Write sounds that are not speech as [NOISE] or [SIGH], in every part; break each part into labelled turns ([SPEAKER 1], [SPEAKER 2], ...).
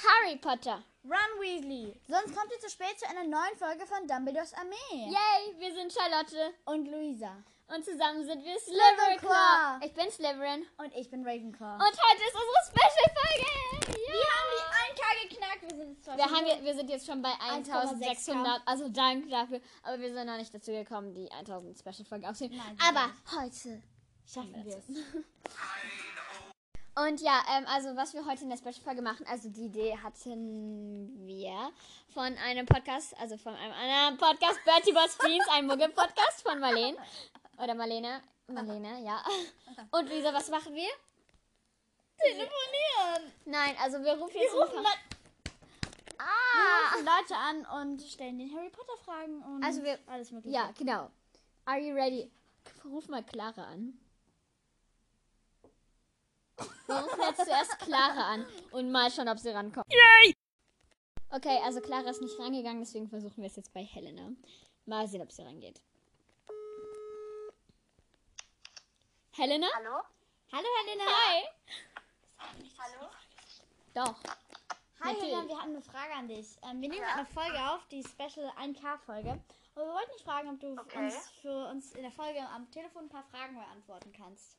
[SPEAKER 1] Harry Potter.
[SPEAKER 2] Run Weasley. Sonst kommt ihr zu spät zu einer neuen Folge von Dumbledores Armee.
[SPEAKER 1] Yay, wir sind Charlotte
[SPEAKER 2] Und Luisa.
[SPEAKER 1] und zusammen sind wir
[SPEAKER 2] Slytherin.
[SPEAKER 1] Slytherin. Ich bin Slytherin
[SPEAKER 2] Und ich bin Ravenclaw.
[SPEAKER 1] und heute ist unsere Special Folge.
[SPEAKER 2] Oh, wir haben die 1K geknackt. Wir sind jetzt zwar
[SPEAKER 1] Wir,
[SPEAKER 2] schon
[SPEAKER 1] haben
[SPEAKER 2] so-
[SPEAKER 1] jetzt, wir sind jetzt schon bei 1600, also danke dafür, aber wir sind noch nicht dazu gekommen, die 1000 Special Folge aufzunehmen.
[SPEAKER 2] Nein,
[SPEAKER 1] Aber heute
[SPEAKER 2] Schaffen wir es.
[SPEAKER 1] Und ja, ähm, also was wir heute in der Special-Folge machen, also die Idee hatten wir von einem Podcast, also von einem anderen Podcast, Bertie Boss Beans, ein Muggel-Podcast von Marlene. Oder Marlene. Marlene, ja. Und Lisa, was machen wir?
[SPEAKER 2] Telefonieren.
[SPEAKER 1] Nein, also wir rufen
[SPEAKER 2] Wir
[SPEAKER 1] jetzt
[SPEAKER 2] rufen,
[SPEAKER 1] ein
[SPEAKER 2] Le
[SPEAKER 1] paar- Ah!
[SPEAKER 2] wir rufen Leute an und stellen den Harry Potter Fragen und
[SPEAKER 1] Also wir-
[SPEAKER 2] alles mögliche.
[SPEAKER 1] Ja, genau. Are you ready? Ruf mal Clara an. Wir rufen jetzt zuerst Clara an und mal schauen, ob sie rankommt. Yay! Okay, also Clara ist nicht rangegangen, deswegen versuchen wir es jetzt bei Helena. Mal sehen, ob sie rangeht. Helena?
[SPEAKER 3] Hallo?
[SPEAKER 1] Hallo Helena! Hi!
[SPEAKER 3] Hallo?
[SPEAKER 1] Doch.
[SPEAKER 2] Hi
[SPEAKER 1] Natürlich.
[SPEAKER 2] Helena, wir hatten eine Frage an dich. Ähm, wir nehmen
[SPEAKER 3] Ja.
[SPEAKER 2] eine Folge auf, die Special 1K Folge. Und wir wollten dich fragen, ob du
[SPEAKER 3] Okay.
[SPEAKER 2] uns für uns in der Folge am Telefon ein paar Fragen beantworten kannst.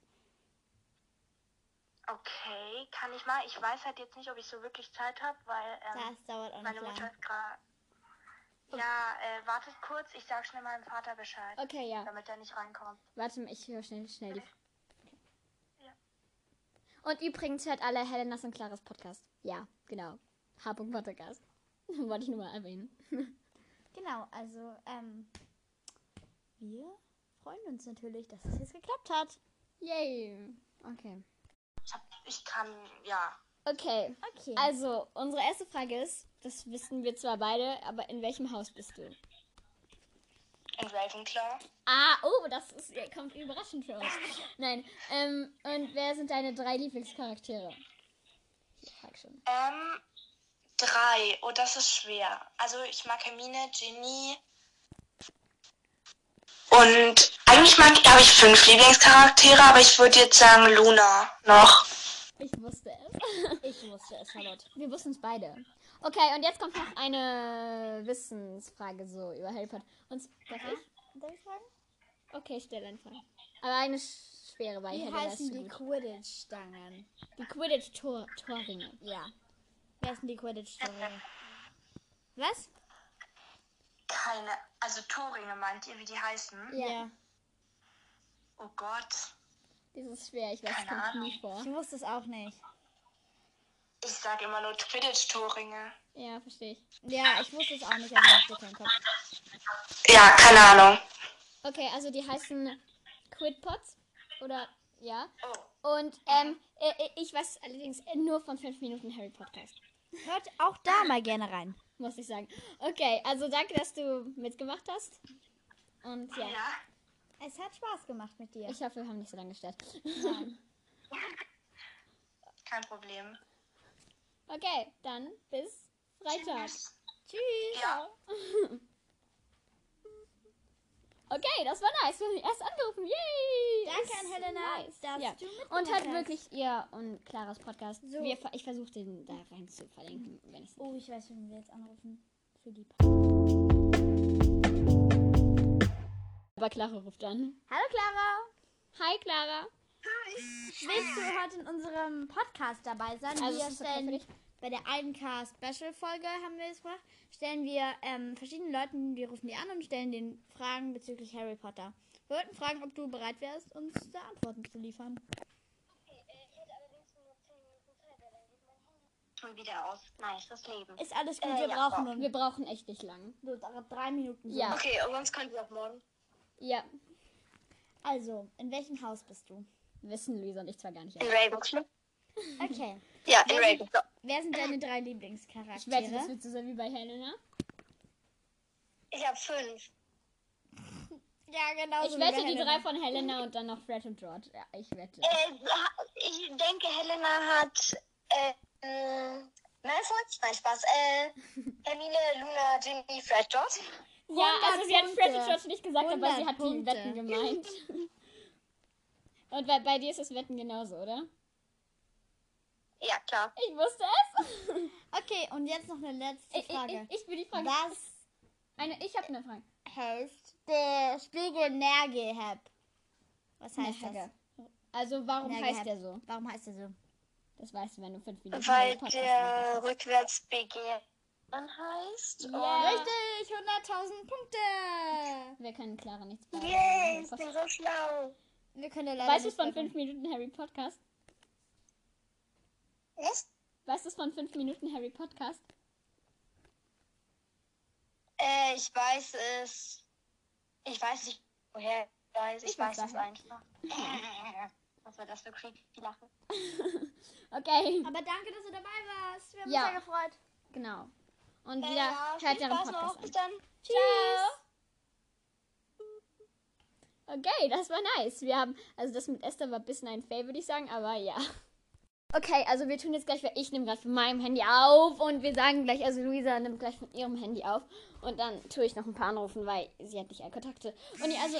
[SPEAKER 3] Okay, kann ich mal. Ich weiß halt jetzt nicht, ob ich so wirklich Zeit habe, weil ähm,
[SPEAKER 2] Das dauert auch
[SPEAKER 3] meine
[SPEAKER 2] nicht
[SPEAKER 3] Mutter
[SPEAKER 2] lange.
[SPEAKER 3] ist gerade. Ja, äh, wartet kurz, ich sag schnell meinem Vater Bescheid,
[SPEAKER 1] Okay, ja.
[SPEAKER 3] damit er nicht reinkommt.
[SPEAKER 1] Warte mal, ich höre schnell, schnell die.
[SPEAKER 3] Ja.
[SPEAKER 1] Und übrigens hört alle Helenas und Claras Podcast. Ja, genau. Harpung Podcast. [LAUGHS] Wollte ich nur mal erwähnen.
[SPEAKER 2] Genau, also ähm, wir freuen uns natürlich, dass es jetzt geklappt hat.
[SPEAKER 1] Yay. Okay.
[SPEAKER 3] Ich, hab, ich kann, ja.
[SPEAKER 1] Okay.
[SPEAKER 2] Okay.
[SPEAKER 1] Also, unsere erste Frage ist, das wissen wir zwar beide, aber in welchem Haus bist du?
[SPEAKER 3] In Ravenclaw?
[SPEAKER 1] Ah, oh, das ist, kommt überraschend [LAUGHS] für uns. Nein. Ähm, und wer sind deine drei Lieblingscharaktere? Ich frag schon.
[SPEAKER 3] Ähm, drei. Oh, das ist schwer. Also ich mag Hermine, Ginny. Und eigentlich mag ich, habe ich fünf Lieblingscharaktere, aber ich würde jetzt sagen Luna noch.
[SPEAKER 1] Ich wusste es. [LAUGHS]
[SPEAKER 2] ich wusste es, Charlotte.
[SPEAKER 1] Wir wussten es beide. Okay, und jetzt kommt noch eine Wissensfrage so über Harry Potter. Und darf ich?
[SPEAKER 2] Darf ich fragen?
[SPEAKER 1] Okay, ich stelle einfach. Aber eine sch- schwere, weil
[SPEAKER 2] Wie
[SPEAKER 1] Helena ist
[SPEAKER 2] heißen die
[SPEAKER 1] gut.
[SPEAKER 2] Quidditch-Stangen?
[SPEAKER 1] die Quidditch-Torringe.
[SPEAKER 2] Ja. Wie heißen die Quidditch-Stangen? Was?
[SPEAKER 3] Keine. Also Toringe meint ihr, wie die heißen?
[SPEAKER 1] Ja.
[SPEAKER 3] Oh Gott.
[SPEAKER 1] Das ist schwer, ich weiß, es
[SPEAKER 3] Keine
[SPEAKER 1] kommt
[SPEAKER 3] Ahnung.
[SPEAKER 1] nie vor.
[SPEAKER 2] Ich wusste es auch nicht.
[SPEAKER 3] Ich sag immer nur Quidditch-Toringe.
[SPEAKER 1] Ja, verstehe ich.
[SPEAKER 2] Ja, ich wusste es auch nicht, aber ich hatte keinen Kopf.
[SPEAKER 3] Ja, keine Ahnung.
[SPEAKER 1] Okay, also die heißen Quidpots. Oder, ja.
[SPEAKER 3] Oh.
[SPEAKER 1] Und, ähm, äh, äh, ich weiß allerdings äh, nur von 5 Minuten Harry Podcast.
[SPEAKER 2] Hört auch da mal gerne rein.
[SPEAKER 1] Muss ich sagen. Okay, also danke, dass du mitgemacht hast. Und ja.
[SPEAKER 3] Ja.
[SPEAKER 2] Es hat Spaß gemacht mit dir.
[SPEAKER 1] Ich hoffe, wir haben nicht so lange gestört.
[SPEAKER 3] Kein Problem.
[SPEAKER 1] [LAUGHS] Okay, dann bis Freitag.
[SPEAKER 2] Tschüss.
[SPEAKER 3] Ja.
[SPEAKER 1] Okay, das war nice. Wir haben erst angerufen. Yay!
[SPEAKER 2] Danke
[SPEAKER 1] Ist
[SPEAKER 2] an Helena, dass
[SPEAKER 1] ja.
[SPEAKER 2] du mitgemacht
[SPEAKER 1] Und halt
[SPEAKER 2] hast.
[SPEAKER 1] wirklich ihr und Claras Podcast.
[SPEAKER 2] So.
[SPEAKER 1] Wir, ver- ich versuche den da rein zu verlinken, wenn ich
[SPEAKER 2] Oh, ich weiß, wen wir jetzt anrufen. Für die
[SPEAKER 1] Aber Clara ruft an.
[SPEAKER 2] Hallo Clara.
[SPEAKER 1] Hi Clara.
[SPEAKER 2] Willst du heute in unserem Podcast dabei sein?
[SPEAKER 1] Also
[SPEAKER 2] wir
[SPEAKER 1] es ist okay für
[SPEAKER 2] stellen
[SPEAKER 1] dich?
[SPEAKER 2] bei der 1K Special Folge haben wir es gemacht. Stellen wir ähm, verschiedenen Leuten, wir rufen die an und stellen den Fragen bezüglich Harry Potter. Wir wollten fragen, ob du bereit wärst, uns da Antworten zu liefern.
[SPEAKER 3] Schon wieder aus. Nice, das Leben.
[SPEAKER 2] Ist alles gut,
[SPEAKER 3] Äh,
[SPEAKER 2] wir
[SPEAKER 3] ja,
[SPEAKER 2] brauchen
[SPEAKER 3] doch.
[SPEAKER 2] nur
[SPEAKER 1] Wir brauchen echt nicht lang.
[SPEAKER 2] so drei Minuten. so.
[SPEAKER 1] Ja.
[SPEAKER 3] Okay, und sonst könnt ihr auch morgen.
[SPEAKER 1] Ja.
[SPEAKER 2] Also, in welchem Haus bist du?
[SPEAKER 1] Wissen Luisa und ich zwar gar nicht.
[SPEAKER 3] In
[SPEAKER 2] Äh,
[SPEAKER 3] Ravenclaw?
[SPEAKER 2] Okay.
[SPEAKER 3] Ja, in
[SPEAKER 2] Wer sind-
[SPEAKER 3] Ravenclaw.
[SPEAKER 2] Wer sind deine drei
[SPEAKER 1] Ich wette, das
[SPEAKER 2] Lieblingscharaktere?
[SPEAKER 1] wird so sein wie bei Helena.
[SPEAKER 3] Ich habe fünf.
[SPEAKER 2] Ja, genau.
[SPEAKER 1] Ich wette die drei von Helena und dann noch Fred und George. Ja, ich wette.
[SPEAKER 3] Äh, ich denke, Helena hat. Äh, mh, Malfoy? Nein, Spaß. Äh, [LAUGHS] Hermine, Luna, Ginny, Fred, George.
[SPEAKER 1] Ja,
[SPEAKER 2] 100
[SPEAKER 1] also sie hat Fred und
[SPEAKER 2] Punkte.
[SPEAKER 1] George nicht gesagt, aber
[SPEAKER 2] 100
[SPEAKER 1] sie hat die
[SPEAKER 2] Punkte.
[SPEAKER 1] Wetten gemeint. [LAUGHS] Und bei, bei dir ist das Wetten genauso, oder?
[SPEAKER 3] Ja, klar.
[SPEAKER 1] [LAUGHS] Ich wusste es.
[SPEAKER 2] Okay, Okay, und jetzt noch eine letzte
[SPEAKER 1] Ich, ich,
[SPEAKER 2] Frage.
[SPEAKER 1] ich, ich will die Frage.
[SPEAKER 2] Was
[SPEAKER 1] Eine, ich habe eine Frage.
[SPEAKER 2] heißt der Spiegel Nergeheb? Was heißt das?
[SPEAKER 1] Nergeheb. Also warum
[SPEAKER 2] Nergeheb.
[SPEAKER 1] heißt der so?
[SPEAKER 2] Warum heißt der so?
[SPEAKER 1] Das weißt du, wenn du fünf Minuten
[SPEAKER 3] Weil
[SPEAKER 1] den Podcast
[SPEAKER 3] der rückwärts begehren heißt.
[SPEAKER 1] Ja.
[SPEAKER 2] Richtig, 100.000 Punkte!
[SPEAKER 1] machst. Wir können Clara nichts
[SPEAKER 3] Und
[SPEAKER 1] beitragen.
[SPEAKER 3] yay, ich bin so schlau.
[SPEAKER 2] Wir können ja leider
[SPEAKER 1] Weißt du es
[SPEAKER 2] nicht
[SPEAKER 1] von
[SPEAKER 2] weiter-
[SPEAKER 1] fünf Minuten Harry Podcast?
[SPEAKER 3] Was?
[SPEAKER 1] Weißt du es von fünf Minuten Harry Podcast?
[SPEAKER 3] Äh, ich weiß es. Ich weiß nicht, woher ich weiß. Ich,
[SPEAKER 1] Ich weiß
[SPEAKER 3] weiß es
[SPEAKER 1] daher.
[SPEAKER 3] einfach. [LAUGHS] Was war das für creepy Lachen?
[SPEAKER 1] Okay,
[SPEAKER 2] Aber danke, dass du dabei warst. Wir haben
[SPEAKER 1] Ja.
[SPEAKER 2] uns sehr gefreut.
[SPEAKER 1] genau. Und
[SPEAKER 3] Äh,
[SPEAKER 1] wieder
[SPEAKER 3] ja, viel
[SPEAKER 1] hört ihren
[SPEAKER 3] Spaß
[SPEAKER 1] Podcast
[SPEAKER 3] noch.
[SPEAKER 1] an.
[SPEAKER 3] Bis dann.
[SPEAKER 1] Ciao. Okay, das war nice. Wir haben, also das mit Esther war ein bisschen ein Fail, würde ich sagen, aber ja. Okay, also wir tun jetzt gleich, weil ich nehme gerade von meinem Handy auf und wir sagen gleich, also Luisa nimmt gleich von ihrem Handy auf und dann tue ich noch ein paar anrufen, weil sie hat nicht alle Kontakte. Und ja, also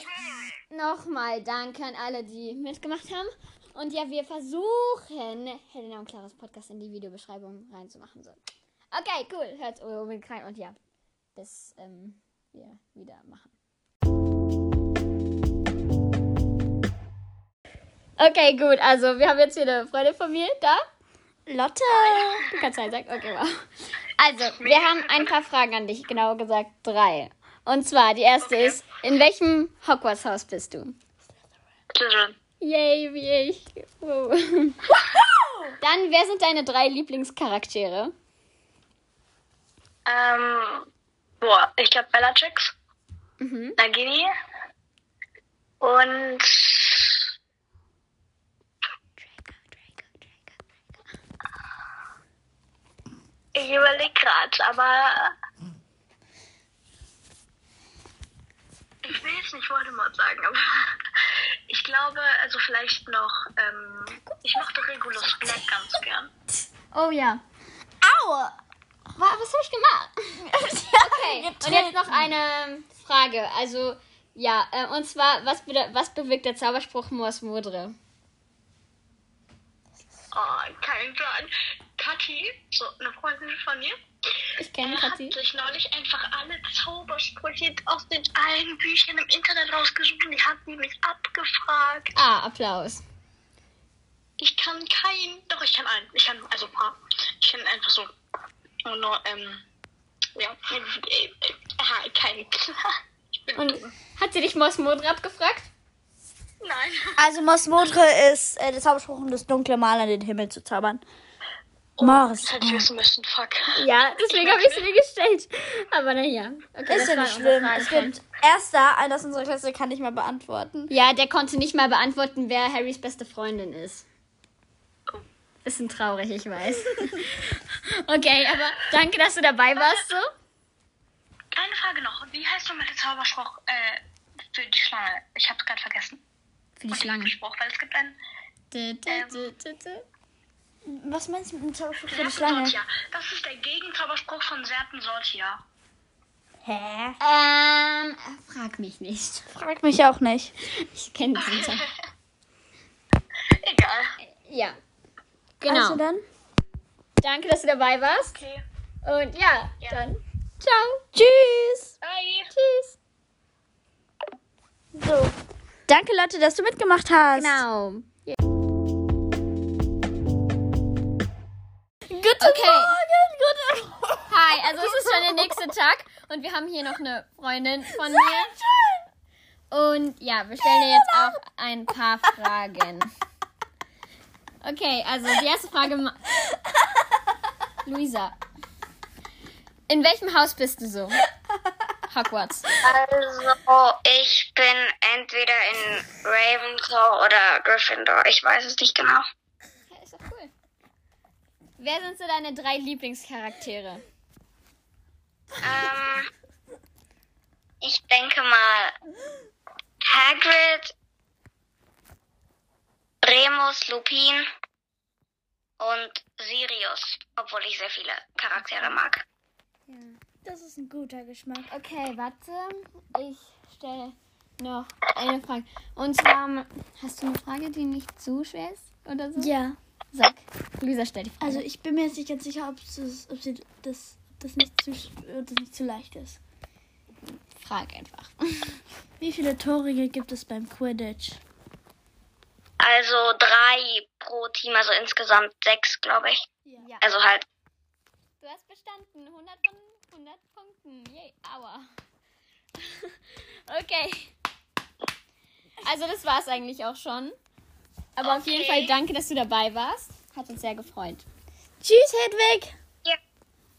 [SPEAKER 1] nochmal danke an alle, die mitgemacht haben. Und ja, wir versuchen, Helena und Claras Podcast in die Videobeschreibung reinzumachen. So. Okay, cool. oh, Hört unbedingt rein und ja, bis ähm, wir wieder machen. Okay, gut. Also, wir haben jetzt wieder eine Freundin von mir da.
[SPEAKER 2] Lotte!
[SPEAKER 1] Du kannst halt sagen, okay, wow. Also, wir haben ein paar Fragen an dich, genauer gesagt drei. Und zwar, die erste ist, in welchem Hogwarts-Haus bist du? Yay, wie ich. Wow. Dann, wer sind deine drei Lieblingscharaktere?
[SPEAKER 3] Ähm, boah, ich glaube Bellatrix,
[SPEAKER 1] Mhm.
[SPEAKER 3] Nagini und ich überlege gerade, aber ich will jetzt nicht Voldemort sagen, aber [LAUGHS] ich glaube, also vielleicht noch, ähm, ich mochte Regulus Black ganz gern.
[SPEAKER 1] Oh ja.
[SPEAKER 2] Aua!
[SPEAKER 1] Wa- Was habe ich gemacht? Okay, und jetzt noch eine ähm, Frage. Also, ja, äh, und zwar, was, bede- was bewirkt der Zauberspruch Mors Modre?
[SPEAKER 3] Oh, kein Plan. Kathi, so eine Freundin von mir,
[SPEAKER 1] Ich kenne
[SPEAKER 3] hat
[SPEAKER 1] Kathi.
[SPEAKER 3] sich neulich einfach alle Zaubersprüche aus den allen Büchern im Internet rausgesucht und die hat sie mich abgefragt.
[SPEAKER 1] Ah, Applaus.
[SPEAKER 3] Ich kann keinen, doch ich kann einen. Ich kann also ein paar. Ich kann einfach so. Und nur, ähm, ja, äh, äh, aha, keinen. Ich bin
[SPEAKER 1] Und
[SPEAKER 3] dumm.
[SPEAKER 1] hat sie dich Mors Modre abgefragt?
[SPEAKER 3] Nein.
[SPEAKER 2] [LAUGHS] Also Mosmodre ist äh, der Zauberspruch, um das dunkle Mal an den Himmel zu zaubern.
[SPEAKER 1] Oh.
[SPEAKER 2] Mars.
[SPEAKER 3] Das hätte ich wissen müssen, fuck.
[SPEAKER 1] Ja, deswegen habe ich sie mir gestellt. Aber naja. Okay,
[SPEAKER 2] Ist
[SPEAKER 1] das
[SPEAKER 2] ja
[SPEAKER 1] waren
[SPEAKER 2] nicht
[SPEAKER 1] unsere
[SPEAKER 2] schlimm.
[SPEAKER 1] Fragen
[SPEAKER 2] Es
[SPEAKER 1] schon.
[SPEAKER 2] gibt erster, einer aus unserer Klasse kann ich mal beantworten.
[SPEAKER 1] Ja, der konnte nicht mal beantworten, wer Harrys beste Freundin ist. Bisschen traurig, ich weiß. Okay, aber danke, dass du dabei warst. So.
[SPEAKER 3] Keine Frage noch. Wie heißt nochmal der Zauberspruch äh, für die Schlange? Ich hab's gerade vergessen.
[SPEAKER 1] Für die Schlange. Ähm.
[SPEAKER 3] Spruch, weil es gibt einen.
[SPEAKER 1] Dü, dü, dü, dü, dü.
[SPEAKER 2] Was meinst du mit dem Zauberspruch für die Schlange?
[SPEAKER 3] Serpensortia. Das ist der Gegenzauberspruch von Serpensortia.
[SPEAKER 2] Hä?
[SPEAKER 1] Ähm, frag mich nicht.
[SPEAKER 2] Frag mich auch nicht.
[SPEAKER 1] Ich kenne sie nicht.
[SPEAKER 3] Egal.
[SPEAKER 1] Ja.
[SPEAKER 2] Genau.
[SPEAKER 1] Genau.
[SPEAKER 2] Also dann?
[SPEAKER 1] Danke, dass du dabei warst.
[SPEAKER 3] Okay.
[SPEAKER 1] Und ja,
[SPEAKER 3] Ja.
[SPEAKER 1] dann. Ciao.
[SPEAKER 2] Tschüss!
[SPEAKER 3] Bye.
[SPEAKER 1] Tschüss.
[SPEAKER 2] So. Danke, Lotte, dass du mitgemacht hast.
[SPEAKER 1] Genau.
[SPEAKER 2] Guten
[SPEAKER 1] Okay.
[SPEAKER 2] Morgen! Guten Morgen!
[SPEAKER 1] Hi, also es ist schon der [LAUGHS] nächste Tag und wir haben hier noch eine Freundin von mir. Und ja, wir stellen dir jetzt auch ein paar Fragen. Okay, also die erste Frage. [LAUGHS] ma- Luisa. In welchem Haus bist du so? Hogwarts.
[SPEAKER 3] Also, ich bin entweder in Ravenclaw oder Gryffindor. Ich weiß es nicht genau.
[SPEAKER 1] Ja, ist doch cool. Wer sind so deine drei Lieblingscharaktere?
[SPEAKER 3] Ähm, ich denke mal Hagrid, Remus, Lupin und Sirius, obwohl ich sehr viele Charaktere mag.
[SPEAKER 2] Das ist ein guter Geschmack.
[SPEAKER 1] Okay, warte. Ich stelle noch eine Frage. Und zwar, hast du eine Frage, die nicht zu schwer ist oder so?
[SPEAKER 2] Ja.
[SPEAKER 1] Sag. Luisa stellt die Frage.
[SPEAKER 4] Also ich bin mir jetzt nicht ganz sicher, ob das, ob sie das, ob das, nicht, zu, sch- ob das nicht zu leicht ist.
[SPEAKER 1] frag einfach.
[SPEAKER 4] Wie viele Tore gibt es beim Quidditch?
[SPEAKER 5] Also drei pro Team, also insgesamt sechs, glaube ich.
[SPEAKER 4] Ja.
[SPEAKER 5] Also halt
[SPEAKER 1] Du hast bestanden. 100 von 100 Punkten. Yay, aua. [LAUGHS] okay. Also das war's eigentlich auch schon. Aber auf jeden Fall danke, dass du dabei warst. Hat uns sehr gefreut.
[SPEAKER 4] Tschüss, Hedwig!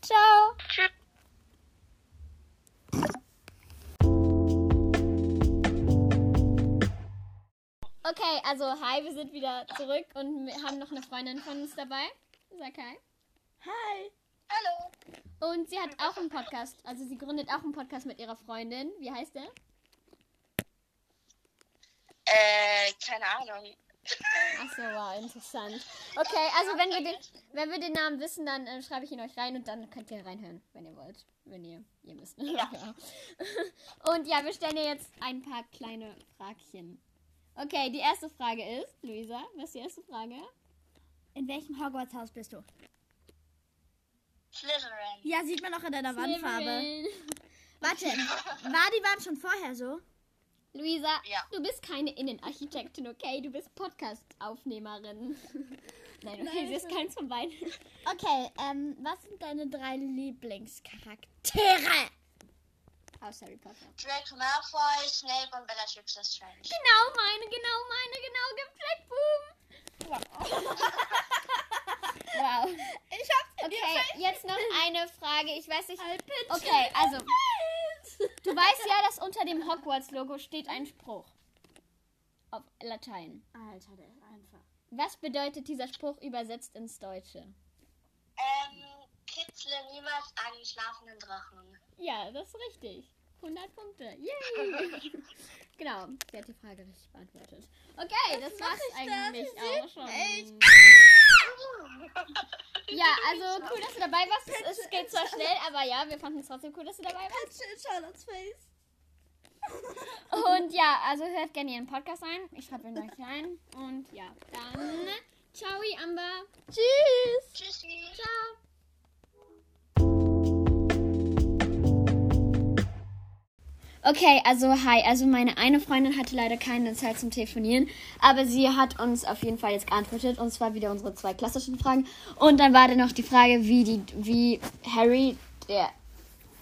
[SPEAKER 1] Ciao. Okay, also hi, wir sind wieder zurück und wir haben noch eine Freundin von uns dabei. Sag hi.
[SPEAKER 4] Hi!
[SPEAKER 1] Und sie hat auch einen Podcast. Also sie gründet auch einen Podcast mit ihrer Freundin. Wie heißt der?
[SPEAKER 6] Äh, keine Ahnung.
[SPEAKER 1] Ach so, wow, interessant. Okay, also wenn wir den, wenn wir den Namen wissen, dann äh, schreibe ich ihn euch rein und dann könnt ihr reinhören, wenn ihr wollt. Wenn ihr, ihr müsst. [LAUGHS] Ja. und ja, wir stellen dir jetzt ein paar kleine Fragchen. Okay, die erste Frage ist, Luisa, was ist die erste Frage?
[SPEAKER 2] In welchem Hogwarts-Haus bist du?
[SPEAKER 6] Slytherin.
[SPEAKER 4] Ja, sieht man auch in deiner Wandfarbe.
[SPEAKER 1] Slytherin.
[SPEAKER 4] Warte, war die Wand schon vorher so?
[SPEAKER 1] Luisa,
[SPEAKER 6] Ja.
[SPEAKER 1] du bist keine Innenarchitektin, okay? Du bist Podcast-Aufnehmerin. [LAUGHS] Nein, okay, sie ist keins von beiden.
[SPEAKER 2] Okay, ähm, was sind deine drei Lieblingscharaktere?
[SPEAKER 1] Aus Harry Potter.
[SPEAKER 6] Draco Malfoy, Snape und Bellatrix Lestrange.
[SPEAKER 1] Genau meine, genau meine, genau gefleckt, boom. Wow. [LAUGHS] Okay, jetzt noch eine Frage. Ich weiß nicht. Okay, also. Du weißt ja, dass unter dem Hogwarts-Logo steht ein Spruch. Auf Latein.
[SPEAKER 4] Alter, der ist einfach.
[SPEAKER 1] Was bedeutet dieser Spruch übersetzt ins Deutsche?
[SPEAKER 6] Ähm, kitzle niemals einen schlafenden Drachen.
[SPEAKER 1] Ja, das ist richtig. 100 Punkte. [LAUGHS] Yay! genau, sie hat die Frage richtig beantwortet. Okay, das war's eigentlich auch schon. ja, also cool, dass du dabei warst. Es, es geht zwar schnell, aber ja, wir fanden es trotzdem cool, dass du dabei warst.
[SPEAKER 4] Charlotte's Face.
[SPEAKER 1] Und ja, also hört gerne ihren Podcast ein. Ich schreibe ihn euch rein. Und ja, dann. Ciao, Amber. Tschüss.
[SPEAKER 6] Tschüssi.
[SPEAKER 1] Ciao. Okay, also hi. Also meine eine Freundin hatte leider keine Zeit zum Telefonieren, aber sie hat uns auf jeden Fall jetzt geantwortet und zwar wieder unsere zwei klassischen Fragen. Und dann war da noch die Frage, wie die, wie Harry, der,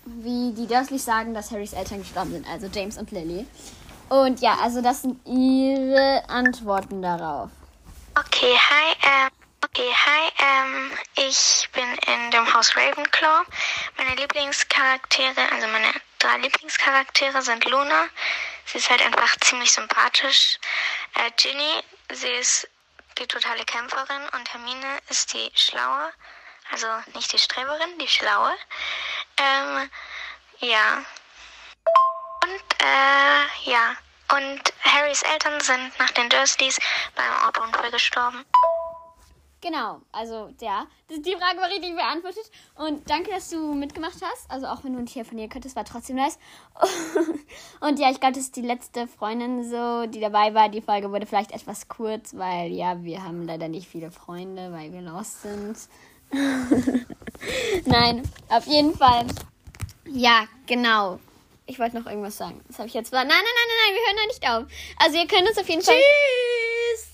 [SPEAKER 1] wie die Dursleys sagen, dass Harrys Eltern gestorben sind, also James und Lily. Und ja, also das sind ihre Antworten darauf.
[SPEAKER 5] Okay, hi, ähm, okay, hi, ähm, ich bin in dem Haus Ravenclaw. Meine Lieblingscharaktere, also meine drei Lieblingscharaktere sind Luna. Sie ist halt einfach ziemlich sympathisch. Äh, Ginny, sie ist die totale Kämpferin und Hermine ist die Schlaue. Also nicht die Streberin, die Schlaue. Ähm, ja, und, äh, ja. Und Harrys Eltern sind nach den Dursleys beim Autounfall gestorben.
[SPEAKER 1] Genau, also ja, die die Frage war richtig beantwortet. Und danke, dass du mitgemacht hast. Also auch wenn du nicht hier von dir könntest, war trotzdem nice. [LAUGHS] Und ja, ich glaube, das ist die letzte Freundin so, die dabei war. Die Folge wurde vielleicht etwas kurz, weil ja, wir haben leider nicht viele Freunde, weil wir lost sind. [LAUGHS] Nein, auf jeden Fall. Ja, genau. Ich wollte noch irgendwas sagen. Das habe ich jetzt. ver- Nein, nein, nein, nein, nein, wir hören da nicht auf. Also ihr könnt uns auf jeden Fall. Tschüss!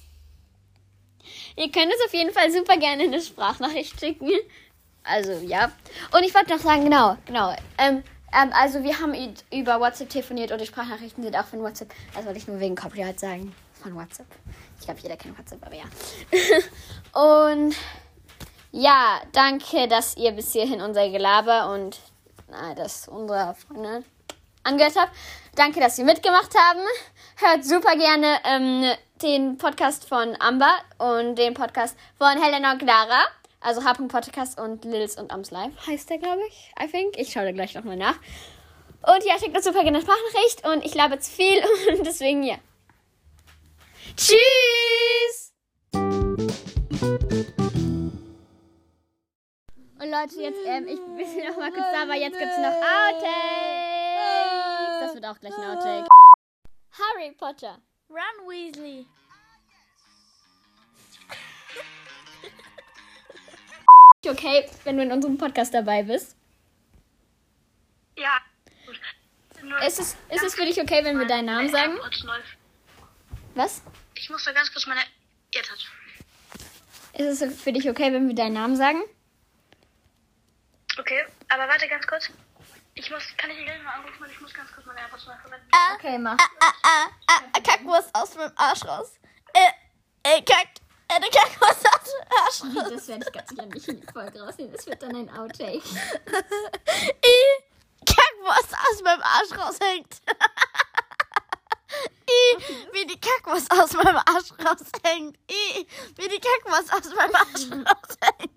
[SPEAKER 1] Ihr könnt uns auf jeden Fall super gerne eine Sprachnachricht schicken. Also, ja. Und ich wollte noch sagen, genau, genau. Ähm, ähm, also, wir haben ü- über WhatsApp telefoniert und die Sprachnachrichten sind auch von WhatsApp. Das wollte ich nur wegen Copyright sagen. Von WhatsApp. Ich glaube, jeder kennt WhatsApp, aber ja. [LAUGHS] und ja, danke, dass ihr bis hierhin unser Gelaber und na, das unserer Freunde angehört habt. Danke, dass ihr mitgemacht haben. Hört super gerne ähm, den Podcast von Amber und den Podcast von Helena und Clara. Also Harpen Podcast und Lils und Ams Live heißt der, glaube ich. I think. Ich schaue da gleich nochmal nach. Und ja, schickt uns super gerne eine Sprachnachricht und ich labe jetzt viel [LAUGHS] und deswegen ja. Tschüss! Und Leute, jetzt, ähm, ich [LAUGHS] bin noch mal kurz da, weil jetzt gibt's noch Outtakes. Das wird auch gleich ein Outtake. Harry Potter.
[SPEAKER 4] Run, Weasley.
[SPEAKER 1] dir okay, wenn du in unserem Podcast dabei bist?
[SPEAKER 7] Ja. Nur
[SPEAKER 1] Ist es, ist es für dich okay, wenn wir deinen Namen
[SPEAKER 7] meine
[SPEAKER 1] sagen?
[SPEAKER 7] AirPods neu-
[SPEAKER 1] Was?
[SPEAKER 7] Ich muss da ganz kurz meine. Jetzt hat.
[SPEAKER 1] Ist es für dich okay, wenn wir deinen Namen sagen?
[SPEAKER 7] Okay, aber warte ganz kurz. Ich muss. Kann ich dich gleich mal anrufen? Ich muss ganz kurz meine AirPods neu verwenden.
[SPEAKER 1] Okay, mach.
[SPEAKER 4] Ah, ah, ah, Kackwurst aus dem Arsch raus. Äh, äh, kackt. Äh, eine Kackwurst aus dem Arsch raus.
[SPEAKER 1] Das werde ich ganz gerne nicht in die Folge rausnehmen. Das wird dann ein Outtake.
[SPEAKER 4] I, Kackwurst aus meinem Arsch raushängt. [LAUGHS] I, wie die Kackwurst aus meinem Arsch raushängt. I, wie die Kackwurst aus meinem Arsch raushängt.